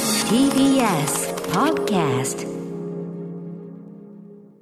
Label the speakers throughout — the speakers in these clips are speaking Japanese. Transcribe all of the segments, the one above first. Speaker 1: TBS Podcast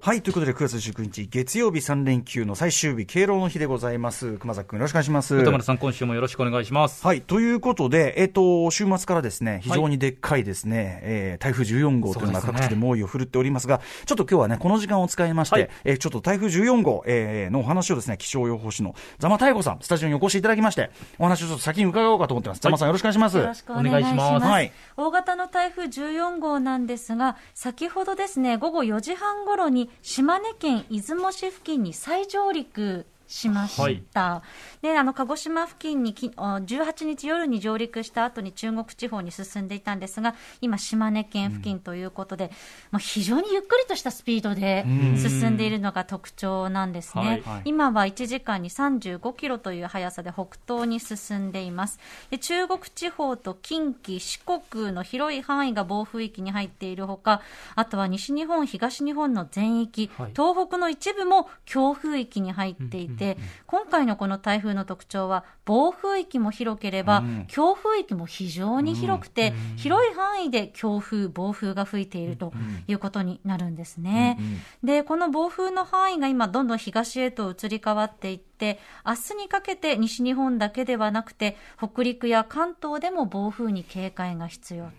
Speaker 2: はい、ということで9月19日、月曜日3連休の最終日、敬老の日でございます。熊崎くん、よろしくお願いします。
Speaker 3: 歌丸さん、今週もよろしくお願いします。
Speaker 2: はい、ということで、えっ、と、週末からですね、非常にでっかいですね、えー台風14号というのが
Speaker 3: そうで
Speaker 2: 各
Speaker 3: すね
Speaker 2: 地で猛威を振るっておりますが、ちょっと今日はね、この時間を使いまして、
Speaker 3: はい
Speaker 2: えーちょっと台風14号、えーのお話をですね、気象予報士の座間太子さん、スタジオにお越しいただきまして、お話をちょっと先に伺おうかと思ってます。座間さん、よろしくお願いします。
Speaker 4: よろしくお願い
Speaker 3: お
Speaker 4: し
Speaker 3: 願
Speaker 4: ま。
Speaker 3: いします
Speaker 2: すはい
Speaker 4: 大型の台風14号なんですが、先ほどですね、午後4時半頃に島根県出雲市付近に再上陸。しました、であの鹿児島付近にきあ18日夜に上陸した後に中国地方に進んでいたんですが今、島根県付近ということで、もう非常にゆっくりとしたスピードで進んでいるのが特徴なんですね。
Speaker 3: はい
Speaker 2: はい
Speaker 4: 今は1時間に35キロという速さで北東に進んでいますで中国地方と近畿四国の広い範囲が暴風域に入っているほかあとは西日本東日本の全域、
Speaker 3: はい
Speaker 4: 東北の一部も強風域に入っていて、今回のこの台風の特徴は暴風域も広ければ、
Speaker 2: うん
Speaker 4: 強風域も非常に広くて、広い範囲で強風暴風が吹いているということになるんですね、で、この暴風の範囲が今どんどん東へと移り変わっていって、明日にかけて西日本だけではなくて、北陸や関東でも暴風に警戒が必要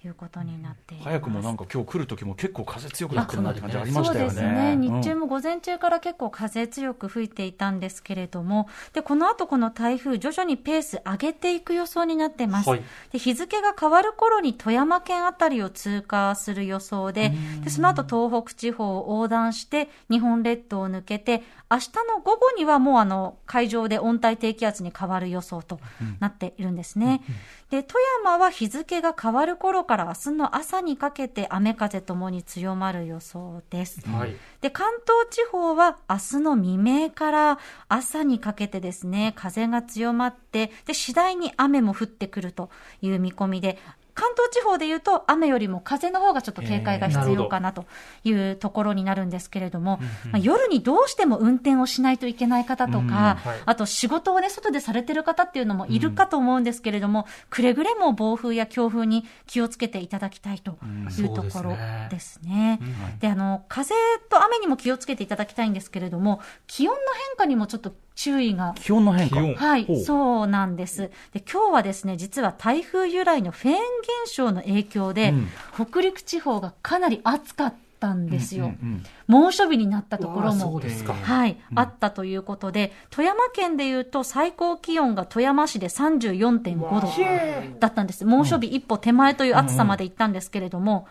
Speaker 4: ということになっています。
Speaker 2: 早くもなんか今日来る時も結構風強くなってるなって感じありま
Speaker 4: そ
Speaker 2: し
Speaker 4: う
Speaker 2: たよ
Speaker 4: で
Speaker 2: ね。
Speaker 4: すね、日中
Speaker 2: も
Speaker 4: も午前中から結構風強く吹いていたんですけれども、でこの後この台風、徐々にペース上げていく予想になってます、
Speaker 3: はい
Speaker 4: で日付が変わる頃に富山県あたりを通過する予想で、でその後東北地方を横断して、日本列島を抜けて、明日の午後にはもうあの海上で温帯低気圧に変わる予想となっているんですね。で富山は日付が変わる頃から明日の朝にかけて雨風ともに強まる予想です。
Speaker 3: はい。
Speaker 4: で、関東地方は明日の未明から朝にかけてですね、風が強まって、で、次第に雨も降ってくるという見込みで、関東地方で言うと雨よりも風の方がちょっと警戒が必要かなというところになるんですけれども、まあ、夜にどうしても運転をしないといけない方とか、
Speaker 3: はい
Speaker 4: あと仕事をね、外でされてる方っていうのもいるかと思うんですけれども、くれぐれも暴風や強風に気をつけていただきたいというところですね。で、あの、風と雨にも気をつけていただきたいんですけれども、気温の変化にもちょっと注意が。
Speaker 2: 気温の変化。
Speaker 3: 気温
Speaker 4: はい
Speaker 2: ほう、
Speaker 4: そうなんです。で、今日はですね、実は台風由来のフェーン現象の影響で、
Speaker 2: うん
Speaker 4: 北陸地方がかなり暑かったんですよ。
Speaker 2: うんうん
Speaker 4: 猛暑日になったところも。
Speaker 3: そうですか。
Speaker 4: はい、あったということで、富山県でいうと最高気温が富山市で34.5度だったんです。猛暑日一歩手前という暑さまで行ったんですけれども、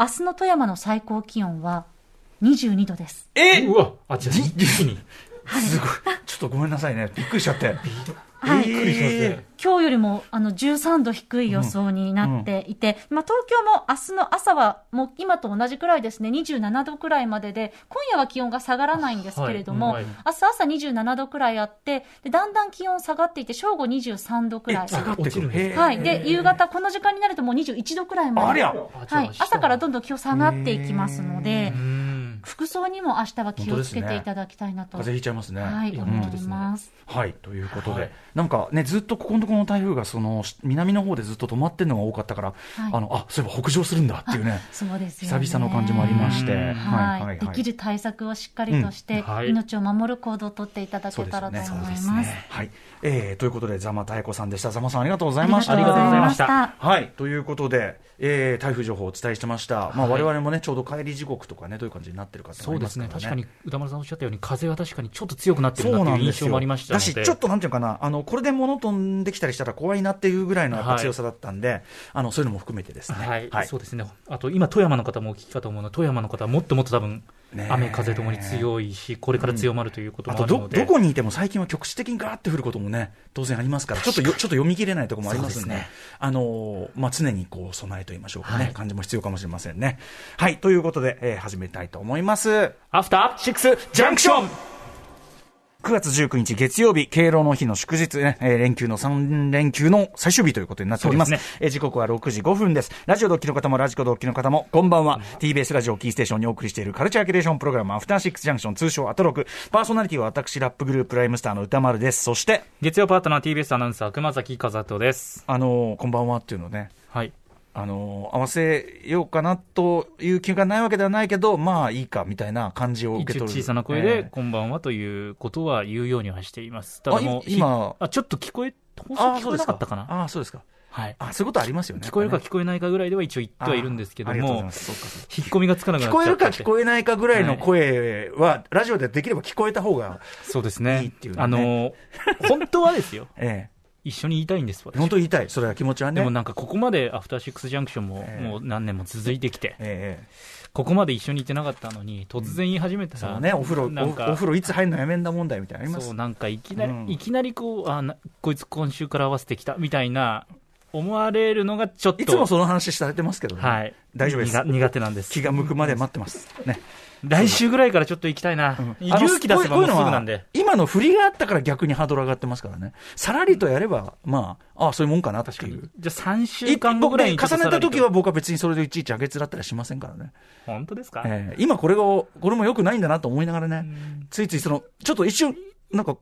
Speaker 4: 明日の富山の最高気温は22度です。
Speaker 3: えうわ、あ、じゃあ、一気に。
Speaker 2: すごい。ちょっとごめんなさいね。びっくりしちゃって。
Speaker 4: はい
Speaker 2: えー
Speaker 3: びっくりしますね。
Speaker 4: 今日よりもあの13度低い予想になっていて、まあ、東京も明日の朝はもう今と同じくらいですね、27度くらいまでで、今夜は気温が下がらないんですけれども、
Speaker 3: はいうん
Speaker 4: 明日朝27度くらいあってで、だんだん気温下がっていて、正午23度くらい。
Speaker 2: 下がって
Speaker 3: 落
Speaker 2: く
Speaker 3: ち
Speaker 2: る
Speaker 3: るんです
Speaker 4: はい、
Speaker 2: へ
Speaker 4: で
Speaker 2: ー
Speaker 4: 夕方、この時間になるともう21度くらいまで、
Speaker 2: ありゃ
Speaker 3: あじゃあ
Speaker 4: は
Speaker 3: 明
Speaker 4: い、
Speaker 3: 日
Speaker 4: 朝からどんどん気温下がっていきますので
Speaker 3: う、ん。
Speaker 4: 服装にも明日は気をつけていただきたいなと、
Speaker 2: 風邪ひいちゃいますね。
Speaker 4: はい、
Speaker 3: いや
Speaker 4: 思
Speaker 3: 本当で
Speaker 4: い
Speaker 3: すね
Speaker 4: ます。
Speaker 2: はい、ということで、
Speaker 3: はい
Speaker 2: なんかね、ずっとここのところの台風がそのし南の方でずっと止まってるのが多かったから、
Speaker 4: はい
Speaker 2: あのあそういえば北上するんだっていうね、
Speaker 4: そうですよね
Speaker 2: 久々の感じもありまして、
Speaker 3: うん
Speaker 4: はいでき
Speaker 2: る
Speaker 4: る対策をしっかりとし
Speaker 3: う
Speaker 4: て、
Speaker 3: んはい
Speaker 4: 命を守る行動をとっていただけたらと思い
Speaker 2: そう
Speaker 4: ま。
Speaker 2: ですすね。はい、えーということで、ざまたえこさんでした。ざまさんありがとうございました。
Speaker 3: ありがとうございました
Speaker 4: ありがとうございま
Speaker 2: はい、ということで、えー台風情報をお伝えしてました。まあ、
Speaker 3: はい
Speaker 2: 我々もね、ちょうど帰り時刻とかね、どういう感じになってるかって
Speaker 3: そうですね。
Speaker 2: わります
Speaker 3: 確
Speaker 2: ら
Speaker 3: かに、歌丸さんおっしゃったように、風は確かにちょっと強くなってるなっていう印象もありましたの
Speaker 2: だ
Speaker 3: で。
Speaker 2: し、ちょっとなんていうのかな、あのこれで物飛んできたりしたら怖いなっていうぐらいのやっぱ
Speaker 3: はい
Speaker 2: 強さだったんで、あのそういうのも含めてですね。
Speaker 3: はい、そうですね。あと、今、富山の方もお聞きかと思うので、富山の方はもっともっと多分、
Speaker 2: ねえ
Speaker 3: 雨、風ともに強いし、これから強まるということ
Speaker 2: あ
Speaker 3: もあ
Speaker 2: とど
Speaker 3: るので。
Speaker 2: どこにいても最近は局地的にガーって降ることもね当然ありますからちょっとよちょっと読み切れないところもあります
Speaker 3: そ
Speaker 2: ん
Speaker 3: う
Speaker 2: で
Speaker 3: ですね
Speaker 2: あのーまあ、常にこう備えといいましょうかね、
Speaker 3: はい
Speaker 2: 感じも必要かもしれませんね。はいということで、えー始めたいと思います。
Speaker 3: アフターシックスジャンクション
Speaker 2: 9月19日月曜日、敬老の日の祝日、ね、えー連休の3連休の最終日ということになっております。
Speaker 3: そうです
Speaker 2: えー時刻は6時5分です。ラジオ同期の方もラジコ同期の方も、こんばんは。TBS ラジオキーステーションにお送りしているカルチャーキュレーションプログラム、アフターシックスジャンクション、通称アトロク。パーソナリティは私、ラップグループライムスターの歌丸です。そして、
Speaker 3: 月曜パートナー TBS アナウンサー、熊崎和人です。
Speaker 2: あのーこんばんはっていうのね。
Speaker 3: はい。
Speaker 2: あのー合わせようかなという気がないわけではないけど、まあいいかみたいな感じを受け
Speaker 3: 一
Speaker 2: 取
Speaker 3: 応
Speaker 2: る。
Speaker 3: 小さな声で、
Speaker 2: えー
Speaker 3: こんばんはということは言うようにはしています。ただもう、
Speaker 2: あい今
Speaker 3: ひあ、ちょっと聞こえ、放送
Speaker 2: ああ、
Speaker 3: 聞
Speaker 2: そ
Speaker 3: こ
Speaker 2: う
Speaker 3: え
Speaker 2: で
Speaker 3: な
Speaker 2: す
Speaker 3: か
Speaker 2: か。
Speaker 3: ったかな
Speaker 2: ああ、そうですか。
Speaker 3: はい。
Speaker 2: あ、そういうことありますよね。
Speaker 3: 聞こえるか
Speaker 2: やっぱね
Speaker 3: 聞こえないかぐらいでは一応言ってはいるんですけど
Speaker 2: あありがとうござい
Speaker 3: も
Speaker 2: ま、すそうかそうか
Speaker 3: 引っ込みがつかなくなっ
Speaker 2: 聞
Speaker 3: ちゃ
Speaker 2: こ
Speaker 3: っ
Speaker 2: え
Speaker 3: た
Speaker 2: るか聞こえないかぐらいの声は、ラジオでできれば聞こえた方が、
Speaker 3: そうですね。
Speaker 2: いいっていうね
Speaker 3: あのー、本当はですよ。
Speaker 2: え
Speaker 3: 一緒に言いたいんです、
Speaker 2: え、
Speaker 3: 私
Speaker 2: 本当言いたい、それは気持ちはね。
Speaker 3: でもなんかここまでアフターシックスジャンクションも
Speaker 2: ええ
Speaker 3: もう何年も続いてきて、
Speaker 2: えええ
Speaker 3: ここまで一緒にいてなかったのに、突然言い始めた
Speaker 2: え、そ
Speaker 3: ら、
Speaker 2: うね、お風呂、
Speaker 3: なんか
Speaker 2: おお風呂いつ入るのやめんだ問題みたいなのあります
Speaker 3: そう、なんかいきなり、
Speaker 2: うん
Speaker 3: いきなりこう、あなこいつ今週から合わせてきたみたいな、思われるのがちょっと、
Speaker 2: いつもその話されてますけどね、
Speaker 3: はい、
Speaker 2: 大丈夫です
Speaker 3: 苦苦手なんです。
Speaker 2: 気が向くまで待ってます。ね。
Speaker 3: 来週ぐらいからちょっと行きたいな、
Speaker 2: あの
Speaker 3: 勇気出せば
Speaker 2: こ
Speaker 3: も
Speaker 2: ういう
Speaker 3: す
Speaker 2: の
Speaker 3: ぐ
Speaker 2: は
Speaker 3: なんで。
Speaker 2: 今の振りがあったから逆にハードル上がってますからね。さらりとやれば、まあ、ああ、そういうもんかなっていう。
Speaker 3: じゃあ3週間後ぐらいに
Speaker 2: 一
Speaker 3: ちょ
Speaker 2: 僕
Speaker 3: っと
Speaker 2: で重ねた時は
Speaker 3: さらり
Speaker 2: 僕は別にそれでいちいち上げつらったりしませんからね。
Speaker 3: と本当ですか、
Speaker 2: ええ今これが、これも良くないんだなと思いながらね、ついついその、ちょっと一瞬、なんか、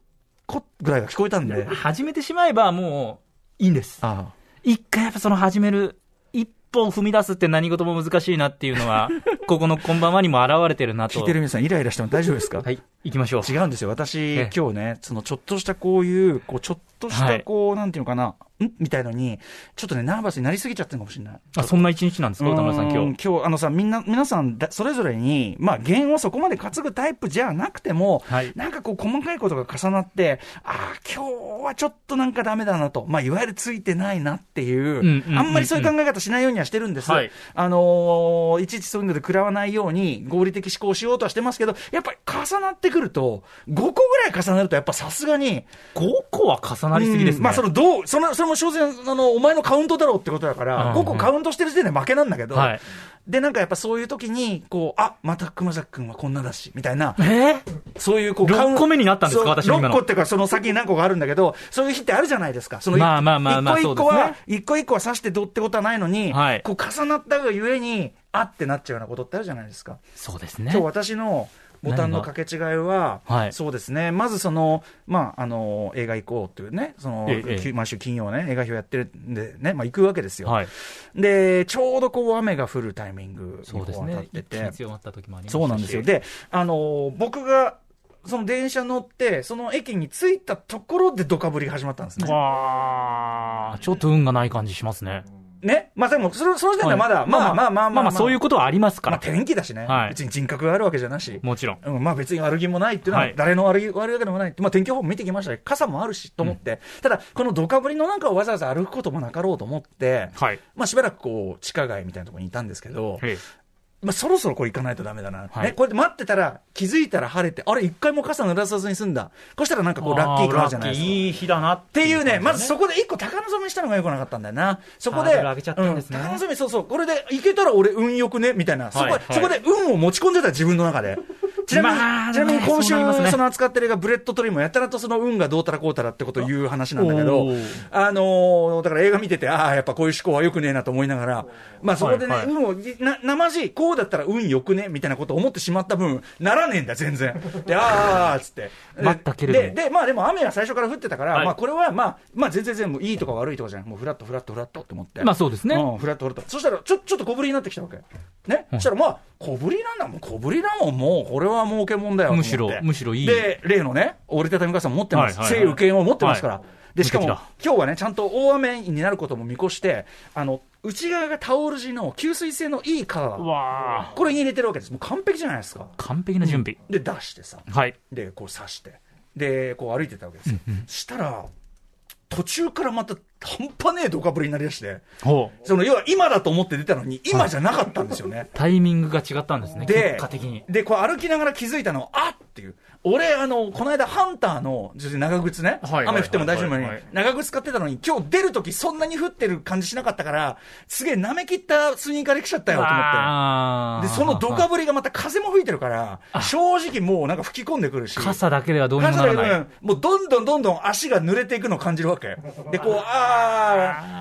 Speaker 2: こぐらいが聞こえたんで、
Speaker 3: 始めてしまえばもういいんです。
Speaker 2: あ
Speaker 3: 一回やっぱその始める、一歩踏み出すって何事も難しいなっていう のは、ここのこんばんはにも現れてるな
Speaker 2: あ、聞
Speaker 3: と。
Speaker 2: いてる皆さんイライラしても大丈夫ですか、
Speaker 3: はい、行きましょう。
Speaker 2: 違うんですよ。私、
Speaker 3: ええ
Speaker 2: 今日ね、そのちょっとしたこういう、こう、ちょっとし
Speaker 3: は
Speaker 2: た
Speaker 3: い
Speaker 2: こう、なんていうのかな、んみたいのに、ちょっとね、ナーバスになりすぎちゃってるかもしれない。
Speaker 3: あ、そんな一日なんですか、歌村さん
Speaker 2: う
Speaker 3: 今
Speaker 2: ん
Speaker 3: 日。
Speaker 2: 今日、あのさ、みんな、皆さんだ、それぞれに、まあ、弦をそこまで担ぐタイプじゃなくても、
Speaker 3: はい
Speaker 2: なんかこう、細かいことが重なって、ああ、今日はちょっとなんかダメだなと、まあ、いわゆるついてないなっていう、
Speaker 3: んうんうんうん
Speaker 2: あんまりそういう考え方しないようにはしてるんです。
Speaker 3: はい
Speaker 2: あのーいちいちそういうので食らわないように、合理的思考をしようとはしてますけど、やっぱり重なってくると、5個ぐらい重なると、やっぱさすがに、
Speaker 3: 5個は重なりすぎです
Speaker 2: うん
Speaker 3: ね。
Speaker 2: まあ、その、どう、その、それも所詮、あの、お前のカウントだろうってことだから、
Speaker 3: うんうん
Speaker 2: 5個カウントしてる時点で負けなんだけど、
Speaker 3: はい
Speaker 2: で、なんかやっぱそういう時に、こう、あ、また熊崎くんはこんなだし、みたいな
Speaker 3: え、ー
Speaker 2: そういう、こう、
Speaker 3: 六
Speaker 2: カウン
Speaker 3: 個目になったんですか
Speaker 2: そう
Speaker 3: 私の今の
Speaker 2: 六個っていうか、その先に何個があるんだけど、そういう日ってあるじゃないですか。その、
Speaker 3: まあまあまあまあ
Speaker 2: 一個一個
Speaker 3: そう
Speaker 2: は、
Speaker 3: です
Speaker 2: 一個一個は刺してどうってことはないのに、
Speaker 3: はい
Speaker 2: こう、重なったがゆえに、あってなっちゃうようなことってあるじゃないですか。
Speaker 3: そうですね
Speaker 2: 今。日私のボタンの掛け違いは、
Speaker 3: 何がはい
Speaker 2: そうですね、まずその、まあ、あの映画行こうっていうね、その
Speaker 3: ええ
Speaker 2: き毎週金曜ね、映画表やってるんでね、まあ、行くわけですよ、
Speaker 3: はい。
Speaker 2: で、ちょうどこう雨が降るタイミングに
Speaker 3: そ
Speaker 2: こ
Speaker 3: う
Speaker 2: う
Speaker 3: です
Speaker 2: 当たっ
Speaker 3: ね。
Speaker 2: て
Speaker 3: 一気
Speaker 2: て、
Speaker 3: に強まった時もありましたし
Speaker 2: そうなんですよ、で、あの僕がその電車乗って、その駅に着いたところでドカぶりが始まったんですね。
Speaker 3: わーちょっと運がない感じしますね。
Speaker 2: ねまあ、でもそれ、その時点ではまだ、
Speaker 3: はい
Speaker 2: まあまあまあ
Speaker 3: まあまあ、そういうことはありますか
Speaker 2: まあ
Speaker 3: ら。
Speaker 2: 天気だしね、
Speaker 3: はい
Speaker 2: 別に人格があるわけじゃなし。
Speaker 3: もちろん。
Speaker 2: うん、まあ別に悪気もないっていうの
Speaker 3: は、
Speaker 2: はい誰の悪い、悪いわけでもない。まあ天気予報も見てきましたけど、傘もあるしと思って、ただ、このドカぶりの中をわざわざ歩くこともなかろうと思って、
Speaker 3: はい。
Speaker 2: まあしばらくこう、地下街みたいなところにいたんですけど、
Speaker 3: ええ
Speaker 2: まあそろそろこれ行かないとダメだな。
Speaker 3: はい
Speaker 2: ね、こうやって待ってたら、気づいたら晴れて、あれ一回も傘濡らさずに済んだ。そしたらなんかこう、ラッキーかなじゃないですか
Speaker 3: あーラッキ。ーいい日だな
Speaker 2: っ
Speaker 3: っ
Speaker 2: ていうね、ま
Speaker 3: ず
Speaker 2: ずそこで一個高望みしたのが良くなかったんだよな。そこで、
Speaker 3: ハードル上げちゃったんですね
Speaker 2: うん高望み、そうそう、これでいけたら俺運良くね、みたいな。そこ、
Speaker 3: はい
Speaker 2: そこで運を持ち込んでた自分の中 で。ちなみに、
Speaker 3: まあ
Speaker 2: ちなみに今週
Speaker 3: そうなります
Speaker 2: そ,、
Speaker 3: ね
Speaker 2: の扱ってる映画、ブレッドトリもやたらとその運がどうたらこうたらってことを言う話なんだけど
Speaker 3: おー、
Speaker 2: あのーだから映画見てて、ああ、やっぱこういう思考は良くねえなと思いながら、まあそこでね、
Speaker 3: はいはい
Speaker 2: 運を、な、なまじい、こうだったら運良くね、みたいなことを思ってしまった分、ならねえんだ、全然。で、あーあー、つって。
Speaker 3: 待ったけれども
Speaker 2: で、で、まあでも雨が最初から降ってたから、
Speaker 3: はい
Speaker 2: まあこれはまあ、まあ全然全部いいとか悪いとかじゃない。もうフラットフラットフラットって思って。
Speaker 3: まあそうですね
Speaker 2: うん、フラットフラット。そしたら、ちょ、ちょっと小ぶりになってきたわけ。ね。そしたらまあ、小ぶりなんだもん、小ぶりだもん、もう、これは儲けもんだよ。
Speaker 3: むし
Speaker 2: と
Speaker 3: ろ
Speaker 2: 思って
Speaker 3: むしろいい
Speaker 2: で、例のね、折りたたみ傘も持ってます。
Speaker 3: はいはいはい
Speaker 2: 晴雨兼用持ってますから。
Speaker 3: はい
Speaker 2: で、しかも、
Speaker 3: 無敵だ
Speaker 2: 今日はね、ちゃんと大雨になることも見越して、あの、内側がタオル地の吸水性のいい革
Speaker 3: うわ
Speaker 2: これに入れてるわけです。もう完璧じゃないですか。
Speaker 3: ー完璧な準備。
Speaker 2: で、出してさ。
Speaker 3: はい。
Speaker 2: でこう刺してでこう歩いてたわけですよ、したら途中からまた半端ねえドカぶりになりだして、
Speaker 5: ほう。
Speaker 2: その要は今だと思って出たのに、今じゃなかったんですよね。
Speaker 3: タイミングが違ったんですね、結
Speaker 2: で
Speaker 3: 果的に。
Speaker 2: で、こう歩きながら気づいたの、あっっていう。俺、あの、この間、ハンターの、ちょっと長靴ね、
Speaker 3: はいはいはい
Speaker 2: 雨降っても大丈夫なのに
Speaker 3: はいはい、
Speaker 2: 長靴買ってたのに、今日出るときそんなに降ってる感じしなかったから、すげえ舐め切ったスニーカーで来ちゃったよ、と思って。
Speaker 3: あ
Speaker 2: で、
Speaker 3: ー
Speaker 2: そのドカぶりがまた風も吹いてるから、正直もうなんか吹き込んでくるし。
Speaker 3: 傘だけではどうにも
Speaker 2: 傘
Speaker 3: な
Speaker 2: だ
Speaker 3: ら
Speaker 2: け
Speaker 3: ない。
Speaker 2: どもうどんどんどんどん足が濡れていくのを感じるわけ。で、こう、あー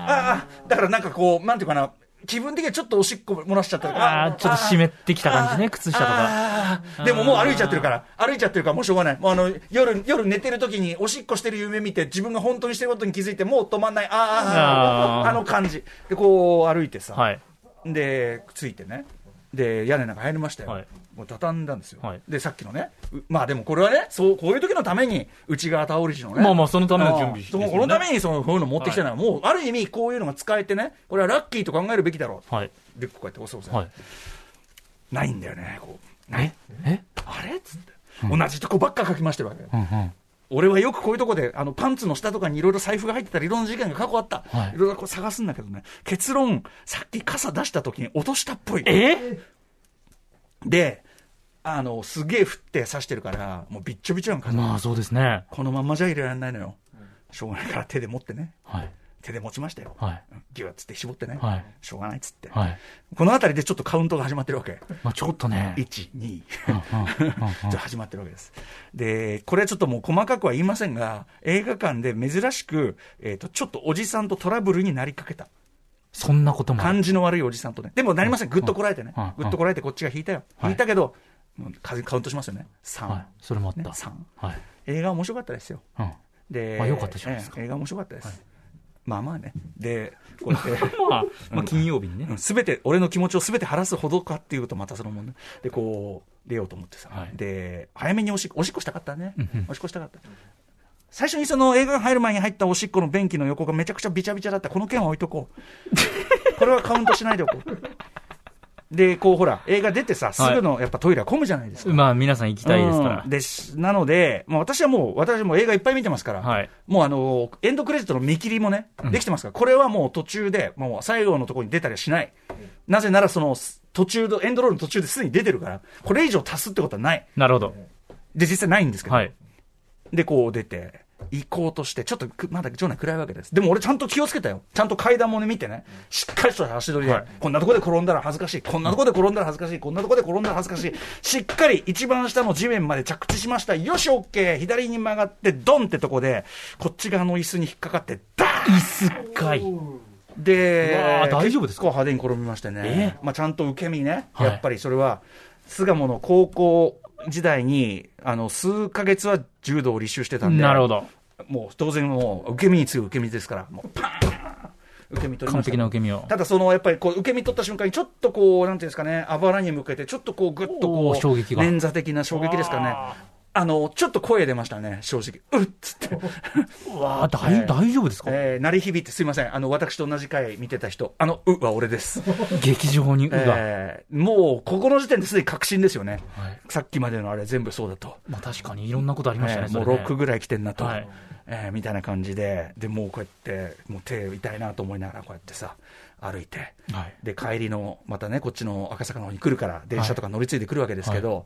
Speaker 2: あー、だからなんかこう、なんていうかな、気分的にはちょっとおしっこ漏らしちゃったから
Speaker 3: あーちょっと湿ってきた感じ
Speaker 2: あ
Speaker 3: ね、
Speaker 2: ー
Speaker 3: 靴下とか。
Speaker 2: あーでももう歩いちゃってるから、歩いちゃってるから、もうしょうがない。もうあの、夜、夜寝てる時におしっこしてる夢見て、自分が本当にしてることに気づいて、もう止まんない。あーあーあー
Speaker 3: あー
Speaker 2: あの感じ。で、こう歩いてさ、
Speaker 3: はい。
Speaker 2: で、ついてね。で、屋根なんか入りましたよ。
Speaker 3: はい
Speaker 2: もう畳んだんですよ、
Speaker 3: はい
Speaker 2: で、さっきのね。うまあでもこれはね、そう、こういう時のために、内側タオル地のね。
Speaker 3: まあまあそのための準備
Speaker 2: あー
Speaker 3: ですもんね
Speaker 2: このためにその、こういうの持ってきたのは、もう、ある意味、こういうのが使えてね、これはラッキーと考えるべきだろう。
Speaker 3: はい。
Speaker 2: で、こうやって押そう押そう。
Speaker 3: はい。
Speaker 2: ないんだよね、こう。ない
Speaker 3: え
Speaker 2: あれっつって、同じとこばっか書きましてるわけ、俺はよくこういうとこであのパンツの下とかにいろいろ財布が入ってたりいろんな事件が過去あった、
Speaker 3: はい
Speaker 2: いろいろこう探すんだけどね結論さっき傘出した時に落としたっぽい
Speaker 3: え
Speaker 2: であのすげえ降って刺してるからもうびっちょびちょなの風、
Speaker 3: まあそうですね。
Speaker 2: このまんまじゃ入れられないのよしょうがないから手で持ってね
Speaker 3: はい。
Speaker 2: 手で持ちましたよ、
Speaker 3: はい。
Speaker 2: ギュッつって絞ってね、
Speaker 3: はい
Speaker 2: しょうがないっつって、
Speaker 3: はい。
Speaker 2: この辺りでちょっとカウントが始まってるわけ
Speaker 3: まあちょっとね。
Speaker 2: 1、2、
Speaker 3: うんうん
Speaker 2: ちょっと始まってるわけです。で、これはちょっともう細かくは言いませんが、映画館で珍しく、えっ、と、ちょっとおじさんとトラブルになりかけた。
Speaker 3: そんなこともある。
Speaker 2: 感じの悪いおじさんとね。でもなりません。ぐっとこらえてね
Speaker 3: うんうん。
Speaker 2: ぐっとこらえてこっちが引いたよ。
Speaker 3: い
Speaker 2: 引いたけど、もう数カウントしますよね。3。
Speaker 3: はい。それもあっ
Speaker 2: ね
Speaker 3: た。
Speaker 2: 三
Speaker 3: はい。
Speaker 2: 映画面白かったですよ。
Speaker 3: うん。
Speaker 2: で、
Speaker 3: あ良かったじゃないですか
Speaker 2: ええ映画面白かったです。まあまあね。で、こう やって。
Speaker 3: まあ、まあ金曜日にね。
Speaker 2: すべて、俺の気持ちをすべて晴らすほどかっていうと、またそのもんね。で、こう、出ようと思ってさ。
Speaker 3: はい
Speaker 2: で、早めにおしっこ、おしっこしたかったね
Speaker 3: うんうん。
Speaker 2: おしっこしたかった。最初にその映画が入る前に入ったおしっこの便器の横がめちゃくちゃびちゃびちゃだった。この件は置いとこう。 これはカウントしないでおこう。で、こうほら、映画出てさ、すぐのやっぱトイレは混むじゃないですか。
Speaker 3: まあ皆さん行きたいですから
Speaker 2: うん。しなので、まあ、私はもう、私も映画いっぱい見てますから、
Speaker 3: はい
Speaker 2: もうあのエンドクレジットの見切りもね、できてますから、これはもう途中で、もう最後のところに出たりはしない、なぜなら、そのす途中の、エンドロールの途中ですでに出てるから、これ以上足すってことはない、
Speaker 3: なるほど。
Speaker 2: で、実際ないんですけど、
Speaker 3: はい。
Speaker 2: で、こう出て、行こうとして、ちょっとくまだ場内暗いわけです。でも俺ちゃんと気をつけたよ。ちゃんと階段もね、見てね、しっかりとした足取りで、
Speaker 3: はい
Speaker 2: こんなとこで転んだら恥ずかしい、こんなとこで転んだら恥ずかしい、こんなとこで転んだら恥ずかしい、しっかり一番下の地面まで着地しました。よし、オッケー左に曲がって、ドンってとこで、こっち側の椅子に引っかかって、ダーン
Speaker 3: 椅子かい。
Speaker 2: で
Speaker 3: うわー、大丈夫です
Speaker 2: 結
Speaker 3: か
Speaker 2: 構派手に転びましてね、まあ、ちゃんと受け身ね、
Speaker 3: はい
Speaker 2: やっぱりそれは、巣鴨の高校時代に、あの数ヶ月は柔道を履修してたんで、
Speaker 3: なるほど。
Speaker 2: もう当然、もう受け身に次ぐ受け身ですから、もうパーン受け身取りま
Speaker 3: 完
Speaker 2: した
Speaker 3: 璧な受け身を。
Speaker 2: ただ、そのやっぱりこう受け身取った瞬間に、ちょっとこう、なんていうんですかね、あばらに向けて、ちょっとこう、ぐっと
Speaker 3: お
Speaker 2: こ
Speaker 3: ー
Speaker 2: う、
Speaker 3: 衝撃が
Speaker 2: 捻挫的な衝撃ですかね、あのちょっと声出ましたね、正直、うっつって。
Speaker 3: うわあ、大大丈夫ですか
Speaker 2: えー、鳴り響いてすいません。あの、私と同じ回見てた人、あの、うは俺です。
Speaker 3: 劇場に、うわ。
Speaker 2: えーもう、ここの時点ですでに確信ですよね。
Speaker 3: はい
Speaker 2: さっきまでのあれ全部そうだと。
Speaker 3: まあ確かにいろんなことありましたね、
Speaker 2: えー
Speaker 3: そ
Speaker 2: もう
Speaker 3: れね
Speaker 2: 6ぐらい来てんなと、
Speaker 3: はい
Speaker 2: えーみたいな感じで、でもうこうやって、もう手痛いなと思いながら、こうやってさ、歩いて、
Speaker 3: はい
Speaker 2: で帰りの、またね、こっちの赤坂の方に来るから、電車とか乗り継いでくるわけですけど、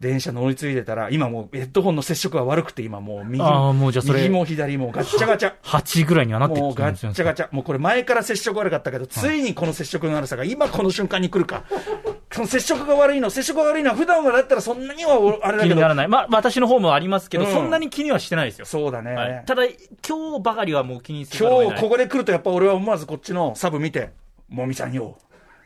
Speaker 2: 電車乗り継いでたら、今もうヘッドホンの接触が悪くて、今もう右
Speaker 3: あーもうじゃあそれ
Speaker 2: 右も左もガッチャガチャ。
Speaker 3: 8ぐらいにはなって
Speaker 2: もう
Speaker 3: きてる
Speaker 2: ガ
Speaker 3: んですよ
Speaker 2: ッ
Speaker 3: ね
Speaker 2: チャガチャ、もうこれ、前から接触悪かったけど、ついにこの接触の悪さが、今この瞬間に来るか、その接触が悪いの、接触が悪いのは、普段はだったらそんなにはおあれだ
Speaker 3: 気
Speaker 2: け
Speaker 3: に
Speaker 2: ど
Speaker 3: な、らない。まあ私の方もありますけど、
Speaker 2: うん
Speaker 3: そんなに気にはしてないですよ。
Speaker 2: そうだね、
Speaker 3: はいただ、今日ばかりはもう気にする
Speaker 2: 今日こ
Speaker 3: こ
Speaker 2: こで来ると、やっぱ俺は思わずこっちのサブ見て、もみさんよ、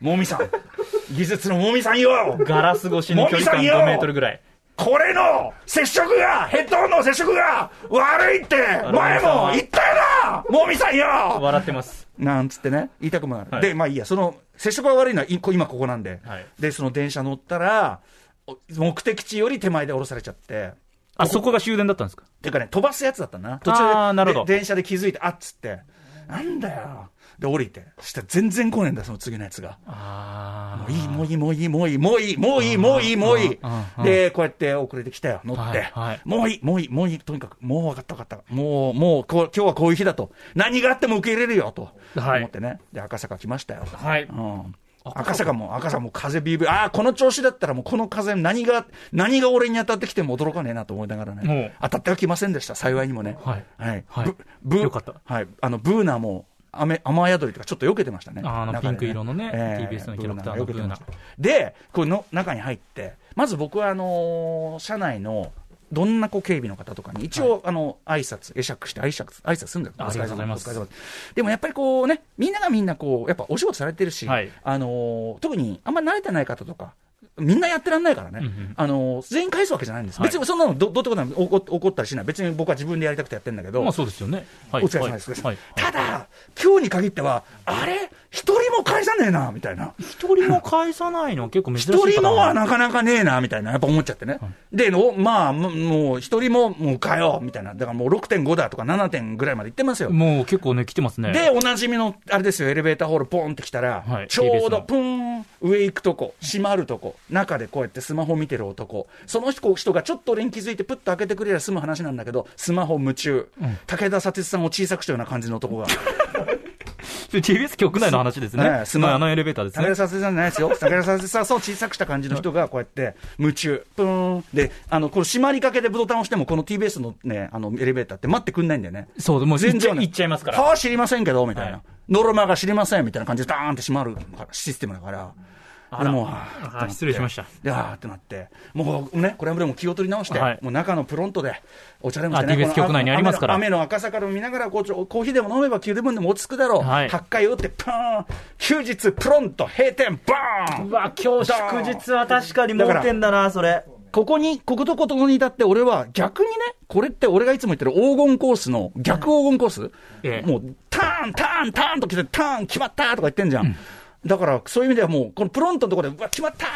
Speaker 2: もみさ ん、技術のもみさんよ、
Speaker 3: ガラス越しの距離感
Speaker 2: もみさんよ
Speaker 3: 5メートルぐらい。
Speaker 2: これの接触が、ヘッドホンの接触が悪いって、前も言ったよな、もみさんよ。
Speaker 3: 笑ってます。
Speaker 2: なんつってね、言いたくもなる、
Speaker 3: はい
Speaker 2: で、まあいいや、その接触が悪いのは、いこ今ここなんで、
Speaker 3: はい
Speaker 2: で、その電車乗ったら、お目的地より手前で降ろされちゃって、
Speaker 3: あ、そこが終電だったんですか
Speaker 2: てかね、飛ばすやつだったな、途中
Speaker 3: あー
Speaker 2: で
Speaker 3: なるほど
Speaker 2: で電車で気づいて、あっつって、なんだよ、で、降りて、そしたら全然来ねえんだ、その次のやつが。
Speaker 3: あ
Speaker 2: いい、もういい、もういい、もういい、もういい、もういい、もういい、もういい
Speaker 3: うんうんう。ん
Speaker 2: で、こうやって遅れてきたよ、乗っ
Speaker 3: はい
Speaker 2: て
Speaker 3: はい。
Speaker 2: もういい、もういい、もういい、とにかく、もう分かった分かった。もう、もう、こう今日はこういう日だと。何があっても受け入れるよ、と
Speaker 3: はい
Speaker 2: 思ってね。で、赤坂来ましたよ。
Speaker 3: はい。
Speaker 2: うん赤坂も、赤坂も風ビービー、ああ、この調子だったらもうこの風、何が、何が俺に当たってきても驚かねえなと思いながらね、当たってはきませんでした、幸いにもね。
Speaker 3: はい
Speaker 2: はい。
Speaker 3: はい
Speaker 2: ブブ
Speaker 3: よかった
Speaker 2: はい。あの、ブーナも、雨雨宿りとかちょっと避けてましたね。
Speaker 3: あーあの
Speaker 2: 中で
Speaker 3: ピンク色のね TBS のキャラクターの
Speaker 2: 避けてましたで、この中に入って、まず僕は、あのー車内の、どんなこう警備の方とかに、一応、あの、挨拶、会釈して、挨拶、挨拶するんだよ。
Speaker 3: ありがとうございます
Speaker 2: お疲れ様ですでもやっぱりこうね、みんながみんなこう、やっぱお仕事されてるし、
Speaker 3: はい
Speaker 2: あのー特にあんま慣れてない方とか、みんなやってらんないからね、
Speaker 3: んうん
Speaker 2: あのー全員返すわけじゃないんです、
Speaker 3: はい
Speaker 2: 別にそんなのどどうってことない怒怒ったりしない、別に僕は自分でやりたくてやってるんだけど、
Speaker 3: まあそうですよね。はい。
Speaker 2: お疲れ様です、
Speaker 3: はい。
Speaker 2: ただ、今日に限っては、あれ、一人も返さねえなみたいな、
Speaker 3: 一人も返さないのは結構珍しい
Speaker 2: 一
Speaker 3: かな。
Speaker 2: 人もはなかなかねえなみたいな、やっぱ思っちゃってね、で、おまあ、ももう一人ももう変えようみたいな、だからもう6.5だとか7点ぐらいまでいってますよ。
Speaker 3: もう結構ね、来てますね。
Speaker 2: で、おなじみの、あれですよ、エレベーターホール、ポンって来たら、
Speaker 3: はい
Speaker 2: ちょう
Speaker 3: TBS
Speaker 2: ど
Speaker 3: の
Speaker 2: プーン、上行くとこ、閉まるとこ、中でこうやってスマホ見てる男、その人人がちょっと俺に気づいて、プッと開けてくれりゃ済む話なんだけど、スマホ夢中、武田砂鉄さんを小さくしたような感じの男が、
Speaker 3: TBS 局内の話ですね。
Speaker 2: ねスマ
Speaker 3: はいあのエレベーターです
Speaker 2: 武
Speaker 3: ね
Speaker 2: 田。砂鉄さんじゃないです よ、武田砂鉄さん、そう小さくした感じの人がこうやって、夢中、プーン、で、あのこの閉まりかけでボタンを押しても、この TBS の,、ね、あのエレベーターって待ってくんないんだよね。
Speaker 3: そう、もう
Speaker 2: 全然
Speaker 3: 行っちゃいますから。
Speaker 2: はあ、知りませんけど、みたいな。
Speaker 3: はい
Speaker 2: ノルマが知りません、みたいな感じで、ダーンって閉まるシステムだから。
Speaker 3: あら
Speaker 2: でもうは
Speaker 3: あ
Speaker 2: ーってなって
Speaker 3: 失礼しました
Speaker 2: で、あーってなって、もうね、これもでも気を取り直して、
Speaker 3: はい
Speaker 2: もう中のプロントで、お茶でもして
Speaker 3: あ
Speaker 2: ね、
Speaker 3: TBS
Speaker 2: この
Speaker 3: 局内にありますから
Speaker 2: 雨の雨の赤坂を見ながらこうちょ、コーヒーでも飲めば、急でもでも落ち着くだろう。
Speaker 3: はい
Speaker 2: 8回打って、パーン休日、プロント、閉店、バーン
Speaker 3: うわ、今日祝日は確かに盲点だな、それ。
Speaker 2: ここに、こことここに至って、俺は逆にね、これって俺がいつも言ってる黄金コースの、逆黄金コース、
Speaker 3: ええ
Speaker 2: もう、ターン、ターン、ターンと来て、ターン、決まったとか言ってんじゃん。だから、そういう意味ではもう、このプロントのところで、うわ、決まった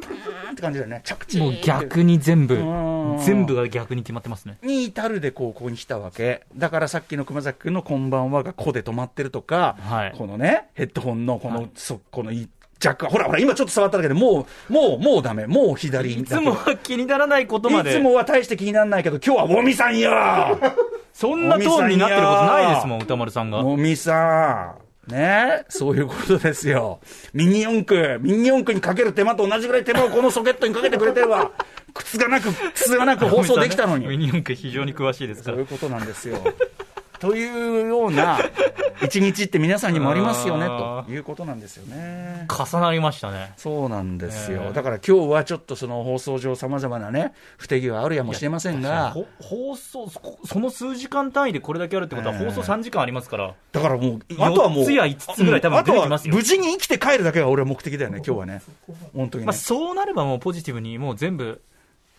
Speaker 2: ターンって感じだよね、着地
Speaker 3: もう逆に全部
Speaker 2: ん、
Speaker 3: 全部が逆に決まってますね。
Speaker 2: に至るでこうここに来たわけだからさっきの熊崎君の「こんばんは」が「こ」で止まってるとか、
Speaker 3: はい
Speaker 2: このねヘッドホンのこの、そこのい若干ほらほら今ちょっと触っただけでもうもうもうダメもう左
Speaker 3: いつもは気にならないことまで。
Speaker 2: いつもは大して気にならないけど、今日はおみさんよ
Speaker 3: そんなトーンになってることないですもん、歌丸さんが。
Speaker 2: おみさん。ねそういうことですよ。ミニ四駆、ミニ四駆にかける手間と同じぐらい手間をこのソケットにかけてくれてれ ば、靴がなく、靴がなく放送できたの
Speaker 3: ミ
Speaker 2: に。
Speaker 3: ニ四駆非常に詳しいですか
Speaker 2: そう
Speaker 3: ら
Speaker 2: いう。ことなんですよ。 というような、一日って皆さんにもありますよね、
Speaker 3: あー
Speaker 2: ということなんですよね。
Speaker 3: 重なりましたね。
Speaker 2: そうなんですよ、
Speaker 3: えー
Speaker 2: だから今日はちょっとその放送上、さまざまなね、不手際あるやもしれませんが、
Speaker 3: ほ放送そこ、その数時間単位でこれだけあるってことは、
Speaker 2: ええ
Speaker 3: 放送3時間ありますから、
Speaker 2: だからもう、あとはもう、
Speaker 3: 四つや五つぐらい多分出てきますよ
Speaker 2: あとは無事に生きて帰るだけが俺は目的だよね、今日はね。本当に
Speaker 3: まあ、
Speaker 2: ね。
Speaker 3: そうなればもうポジティブに、もう全部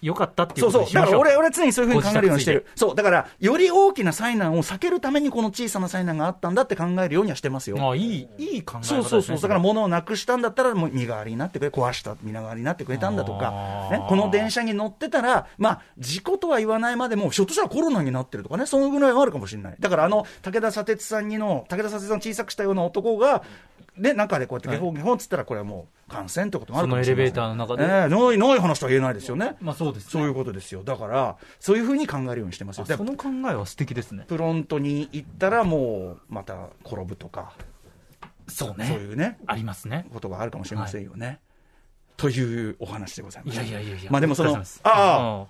Speaker 3: 良かったっていう
Speaker 2: そうそ
Speaker 3: ことに
Speaker 2: う。
Speaker 3: し
Speaker 2: だ
Speaker 3: ま
Speaker 2: か
Speaker 3: しょ
Speaker 2: ら
Speaker 3: う。
Speaker 2: 俺、俺は常にそういうふうに考えるようにしてる
Speaker 3: ご。
Speaker 2: そう。だから、より大きな災難を避けるためにこの小さな災難があったんだって考えるようにはしてますよ。
Speaker 3: まあ、いい、いい考え方です
Speaker 2: そ
Speaker 3: ね。
Speaker 2: うそうそう、だから物をなくしたんだったら、もう身代わりになってくれ、壊した身代わりになってくれたんだとか
Speaker 3: あ、ー
Speaker 2: ね、この電車に乗ってたら、まあ、事故とは言わないまでも、ひょっとしたらコロナになってるとかね、そのぐらいはあるかもしれない、だからあの武田砂鉄さんにの、武田砂鉄さんを小さくしたような男が、ね、中でこうやって、ゲホゲホっつったら、これはもう感染ってこともあるかもしれない
Speaker 3: そのエレベーターの中で
Speaker 2: ええないない話とは言えないですよね、
Speaker 3: まあそうですね
Speaker 2: そういうことですよ、だから、そういうふうに考えるようにしてますよ。
Speaker 3: あその考えは素敵ですね。
Speaker 2: プロントに行ったらもうまた転ぶとか
Speaker 3: そう
Speaker 2: そういうね
Speaker 3: ありますね。
Speaker 2: ことがあるかもしれませんよね。というお話でございま
Speaker 3: い
Speaker 2: す。
Speaker 3: やいやいやいや。
Speaker 2: まあでもその
Speaker 3: お疲れ様す
Speaker 2: あ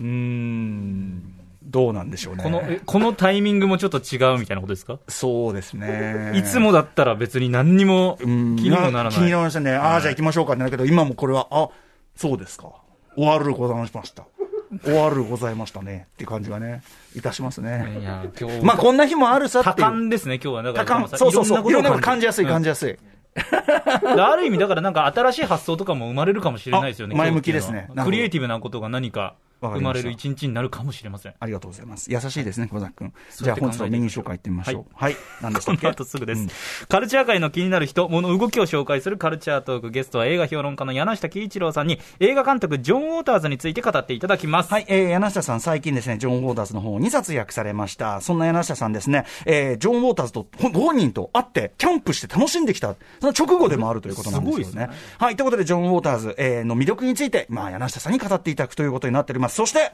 Speaker 3: うん
Speaker 2: うーん、どうなんでしょうね。
Speaker 3: この、えこのタイミングもちょっと違うみたいなことですか。
Speaker 2: そうですね
Speaker 3: いつもだったら別に何にも気
Speaker 2: うん
Speaker 3: にもなら
Speaker 2: 気にな
Speaker 3: ない。
Speaker 2: りましたね。ああ、じゃあ行きましょうかね。だけど今もこれは、あ、そうですか。終わるございました。終わるございましたね。っていう感じがね、いたします
Speaker 3: い
Speaker 2: ね。
Speaker 3: や、今日、
Speaker 2: まあこんな日もあるさ
Speaker 3: 多
Speaker 2: っていう。
Speaker 3: 感ですね、今日は。だから、
Speaker 2: 多感そうそうそう。いろんなこと感じやすい、
Speaker 3: じ
Speaker 2: 感じやすい。
Speaker 3: だからある意味、だからなんか新しい発想とかも生まれるかもしれないですよね。
Speaker 2: あ
Speaker 3: 今日っていうのは
Speaker 2: 前向きですねなるほど
Speaker 3: クリエイティブなことが何か
Speaker 2: わか
Speaker 3: 生
Speaker 2: り
Speaker 3: ま
Speaker 2: まし
Speaker 3: れ
Speaker 2: た
Speaker 3: る一日になるかもしれません。
Speaker 2: ありがとうございます。優しいですね、小崎君。
Speaker 3: そ
Speaker 2: じ
Speaker 3: う
Speaker 2: ゃ
Speaker 3: や
Speaker 2: あ
Speaker 3: って
Speaker 2: 本日
Speaker 3: 考
Speaker 2: の
Speaker 3: えて
Speaker 2: メ
Speaker 3: い
Speaker 2: ニュ
Speaker 3: た
Speaker 2: ー紹介
Speaker 3: だければ
Speaker 2: いってみましょう。はい。何でしたっ
Speaker 3: こ
Speaker 2: け
Speaker 3: の後すぐです、
Speaker 2: うん
Speaker 3: カルチャー界の気になる人、物、動きを紹介するカルチャートーク、ゲストは映画評論家の柳下喜一郎さんに、映画監督、ジョン・ウォーターズについて語っていただきます。
Speaker 2: はい、えー、柳下さん、最近ですね、ジョン・ウォーターズの本を2冊訳されました。そんな柳下さんですね、えー、ジョン・ウォーターズとほご本人と会って、キャンプして楽しんできた、その直後でもあるということなんですよね。
Speaker 3: すごいです
Speaker 2: はい、ということで、ジョン・ウォーターズ、えーの魅力について、まあ、柳下さんに語っていただくということになっております。そして、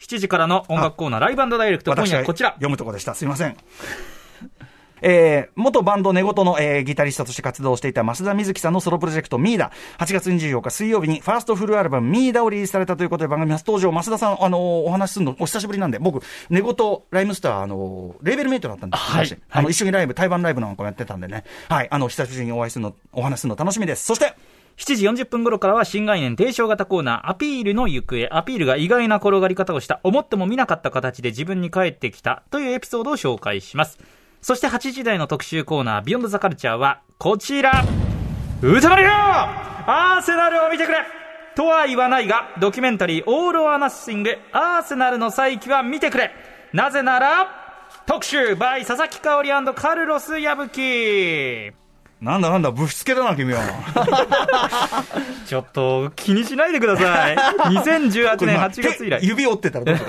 Speaker 3: 7時からの音楽コーナー、ライブダイレクト、今
Speaker 2: 私
Speaker 3: 夜
Speaker 2: は
Speaker 3: はこちら。
Speaker 2: 読むとこでした。すいません。 えー元バンド寝言の、えーギタリストとして活動していた増田瑞希さんのソロプロジェクトミーダ8月24日水曜日にファーストフルアルバムミーダをリリースされたということで番組初登場増田さん、あのーお話しするのお久しぶりなんで僕寝言ライムスター、あのーレーベルメイトだったんです
Speaker 3: はい
Speaker 2: 昔あの一緒にライブ台湾ライブなんかもやってたんでねはいあの久しぶりにお会いするのお話しするの楽しみですそして
Speaker 3: 7時40分頃からは新概念提唱型コーナー、アピールの行方。アピールが意外な転がり方をした、思っても見なかった形で自分に返ってきたというエピソードを紹介します。そして8時台の特集コーナー、ビヨンドザカルチャーは、こちら。歌丸よアーセナルを見てくれとは言わないが、ドキュメンタリー、オール・オア・ナッシング、アーセナルの再起は見てくれなぜなら、特集、by 佐々木香織カルロス・矢吹。
Speaker 2: なんだなんだぶしつけだな 君は
Speaker 3: ちょっと気にしないでください。2018年8月以
Speaker 2: 手
Speaker 3: 来、
Speaker 2: 指折ってたらどうす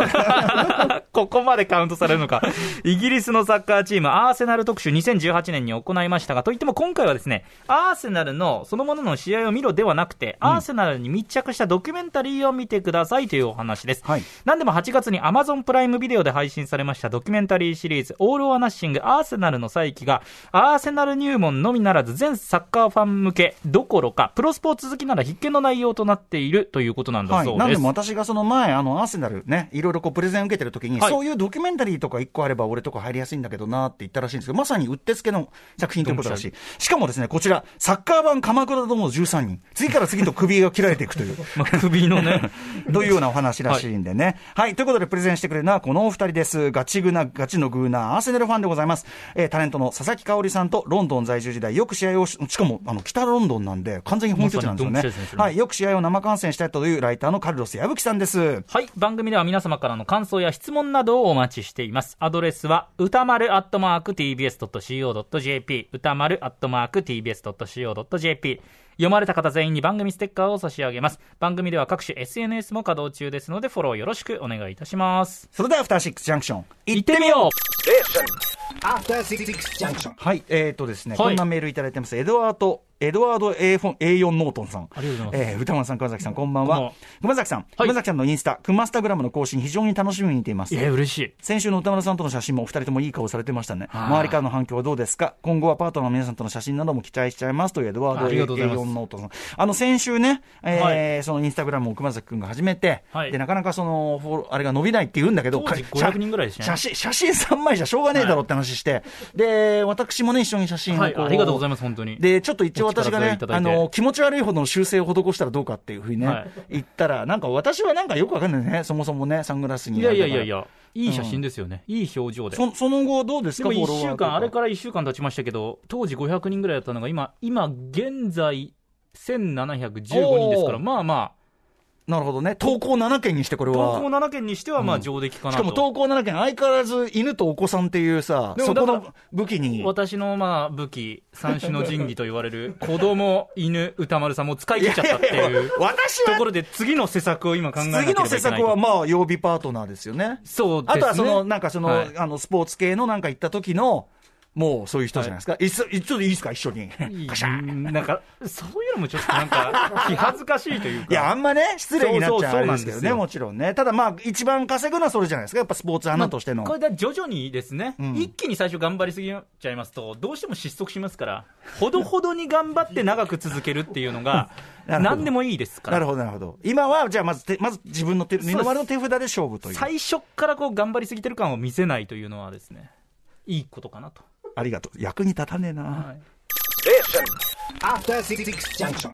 Speaker 2: る
Speaker 3: ここまでカウントされるのか。 イギリスのサッカーチーム、アーセナル特集2018年に行いましたが、といっても今回はですね、アーセナルのそのものの試合を見ろではなくて、アーセナルに密着したドキュメンタリーを見てくださいというお話です。
Speaker 2: はい
Speaker 3: なんでも8月に Amazon プライムビデオで配信されましたドキュメンタリーシリーズ、オール・オア・ナッシング・アーセナルの再起が、アーセナル入門のみならず、全サッカーファン向けどころか、プロスポーツ好きなら必見の内容となっているということなんだ
Speaker 2: は
Speaker 3: そう
Speaker 2: い、
Speaker 3: です。
Speaker 2: なんでも私がその前、あのアーセナルね、いろいろこうプレゼン受けてるときに、
Speaker 3: はい
Speaker 2: そういうドキュメンタリーとか一個あれば、俺とか入りやすいんだけどなって言ったらしいんですけど、まさにうってつけの作品ということだし、しかもですね、こちら、サッカー版鎌倉殿の13人、次から次と首が切られていくという、
Speaker 3: まあ首 のね、
Speaker 2: というようなお話らしいんでね。はい、ということで、プレゼンしてくれるのはこのお二人です。ガチグナ、ガチのグーナー、アーセナルファンでございます。えータレントの佐々木香織さんとロンドン在住時代、よく試合をし、しかも、あの、北ロンドンなんで、完全に本拠地なんですよね
Speaker 3: まさにドンピシャです。ね
Speaker 2: はい、よく試合を生観戦したいというライターのカルロス矢吹さんです。
Speaker 3: はい。番組では皆様からの感想や質問などをお待ちしています。アドレスは、歌丸アットマーク tbs.co.jp、歌丸アットマーク tbs.co.jp。読まれた方全員に番組ステッカーを差し上げます。番組では各種 SNS も稼働中ですので、フォローよろしくお願いいたします。
Speaker 2: それでは、アフターシックスジャンクション、い
Speaker 3: 行ってみよう
Speaker 6: After Six Junction.
Speaker 2: はい、えー、とですね、
Speaker 3: はい
Speaker 2: こんなメールいただいてます。エドワード、エドワード A4、A4 ノートンさん。
Speaker 3: ありがとうございます
Speaker 2: えー歌丸さん、熊崎さん、こんばん
Speaker 3: こんばんは
Speaker 2: は。熊崎さん、熊崎さんのインスタ、熊スタグラムの更新、非常に楽しみに見ています。
Speaker 3: え、嬉しい。
Speaker 2: 先週の歌丸さんとの写真もお二人ともいい顔されてましたね。周りからの反響はどうですか今後はパートナーの皆さんとの写真なども期待しちゃいますというエドワード
Speaker 3: ありがとうございます
Speaker 2: A4 ノートの。あの、先週ね、えーそのインスタグラムを熊崎くんが始めて、
Speaker 3: はい
Speaker 2: で、なかなかその、フォローあれが伸びないって言うんだけど、
Speaker 3: 当時
Speaker 2: か写
Speaker 3: 500人ぐらいでしたね
Speaker 2: 写真、写真3枚じゃしょうがねえだろうって話して、で、私もね、一緒に写真をこ
Speaker 3: はい。ありがとうござい
Speaker 2: ます。
Speaker 3: ます、本当に。
Speaker 2: で、ちょっと一応私が
Speaker 3: お力添えい
Speaker 2: ね
Speaker 3: た、だ
Speaker 2: あ
Speaker 3: いて
Speaker 2: の、気持ち悪いほどの修正を施したらどうかっていうふうにね、
Speaker 3: はい
Speaker 2: 言ったら、なんか私はなんかよくわかんないね、そもそもね、サングラスに。
Speaker 3: いやいやいやいや、いい写真ですよね。いい表情で。
Speaker 2: そその後、どうです
Speaker 3: で
Speaker 2: か、フォ
Speaker 3: も1
Speaker 2: ロワー
Speaker 3: 週
Speaker 2: とか
Speaker 3: 間、あれから1週間経ちましたけど、当時500人ぐらいだったのが、今、今現在、1715人ですから、
Speaker 2: おー
Speaker 3: まあま
Speaker 2: なるほどね、投稿7件にして、これ
Speaker 3: あ、
Speaker 2: は。
Speaker 3: 投稿7件にしては、まあ上出来か
Speaker 2: し
Speaker 3: な
Speaker 2: か
Speaker 3: と。
Speaker 2: も投稿7件、相変わらず犬とお子さんっていうさ、
Speaker 3: で
Speaker 2: そ
Speaker 3: も
Speaker 2: こ
Speaker 3: だか
Speaker 2: の武器に。
Speaker 3: 私のまあ武器、三種の神器と言われる、子供、犬、歌丸さんも使い切っちゃったって
Speaker 2: いや
Speaker 3: い
Speaker 2: いうや私
Speaker 3: とこ
Speaker 2: は、
Speaker 3: ろで、次の施策を今考えなけれ
Speaker 2: 次
Speaker 3: ば
Speaker 2: の
Speaker 3: いけな
Speaker 2: 施
Speaker 3: い。
Speaker 2: 策は、まあ、曜日パートナーですよね。
Speaker 3: そうです
Speaker 2: あ
Speaker 3: ね。
Speaker 2: とは、その、なんかその、
Speaker 3: はい
Speaker 2: あの、スポーツ系のなんか行った時の、もうそういう人じゃないですか。いっそいちょっといいですか、一緒に。
Speaker 3: いいなんか、そういうのもちょっとなんか、気恥ずかしいというか。
Speaker 2: いや、あんまね、失礼になっちゃう
Speaker 3: そうそうそう
Speaker 2: あれですけどね、
Speaker 3: なん
Speaker 2: もちろんね。ただまあ、一番稼ぐのはそれじゃないですか。やっぱスポーツアナとしての。
Speaker 3: これで徐々にですね、
Speaker 2: ん
Speaker 3: 一気に最初頑張りすぎちゃいますと、どうしても失速しますから、ほどほどに頑張って長く続けるっていうのが、
Speaker 2: なるほど
Speaker 3: 何でもいいですか
Speaker 2: なる
Speaker 3: ら。
Speaker 2: ほど、なるほど。今は、じゃあまず手、まず自分の手、二の丸の手札で勝負という。
Speaker 3: 最初っからこう頑張りすぎてる感を見せないというのはですね、いいことかなと。
Speaker 2: ありがとう。役に立たねえな。
Speaker 3: はい
Speaker 6: After Six Junction.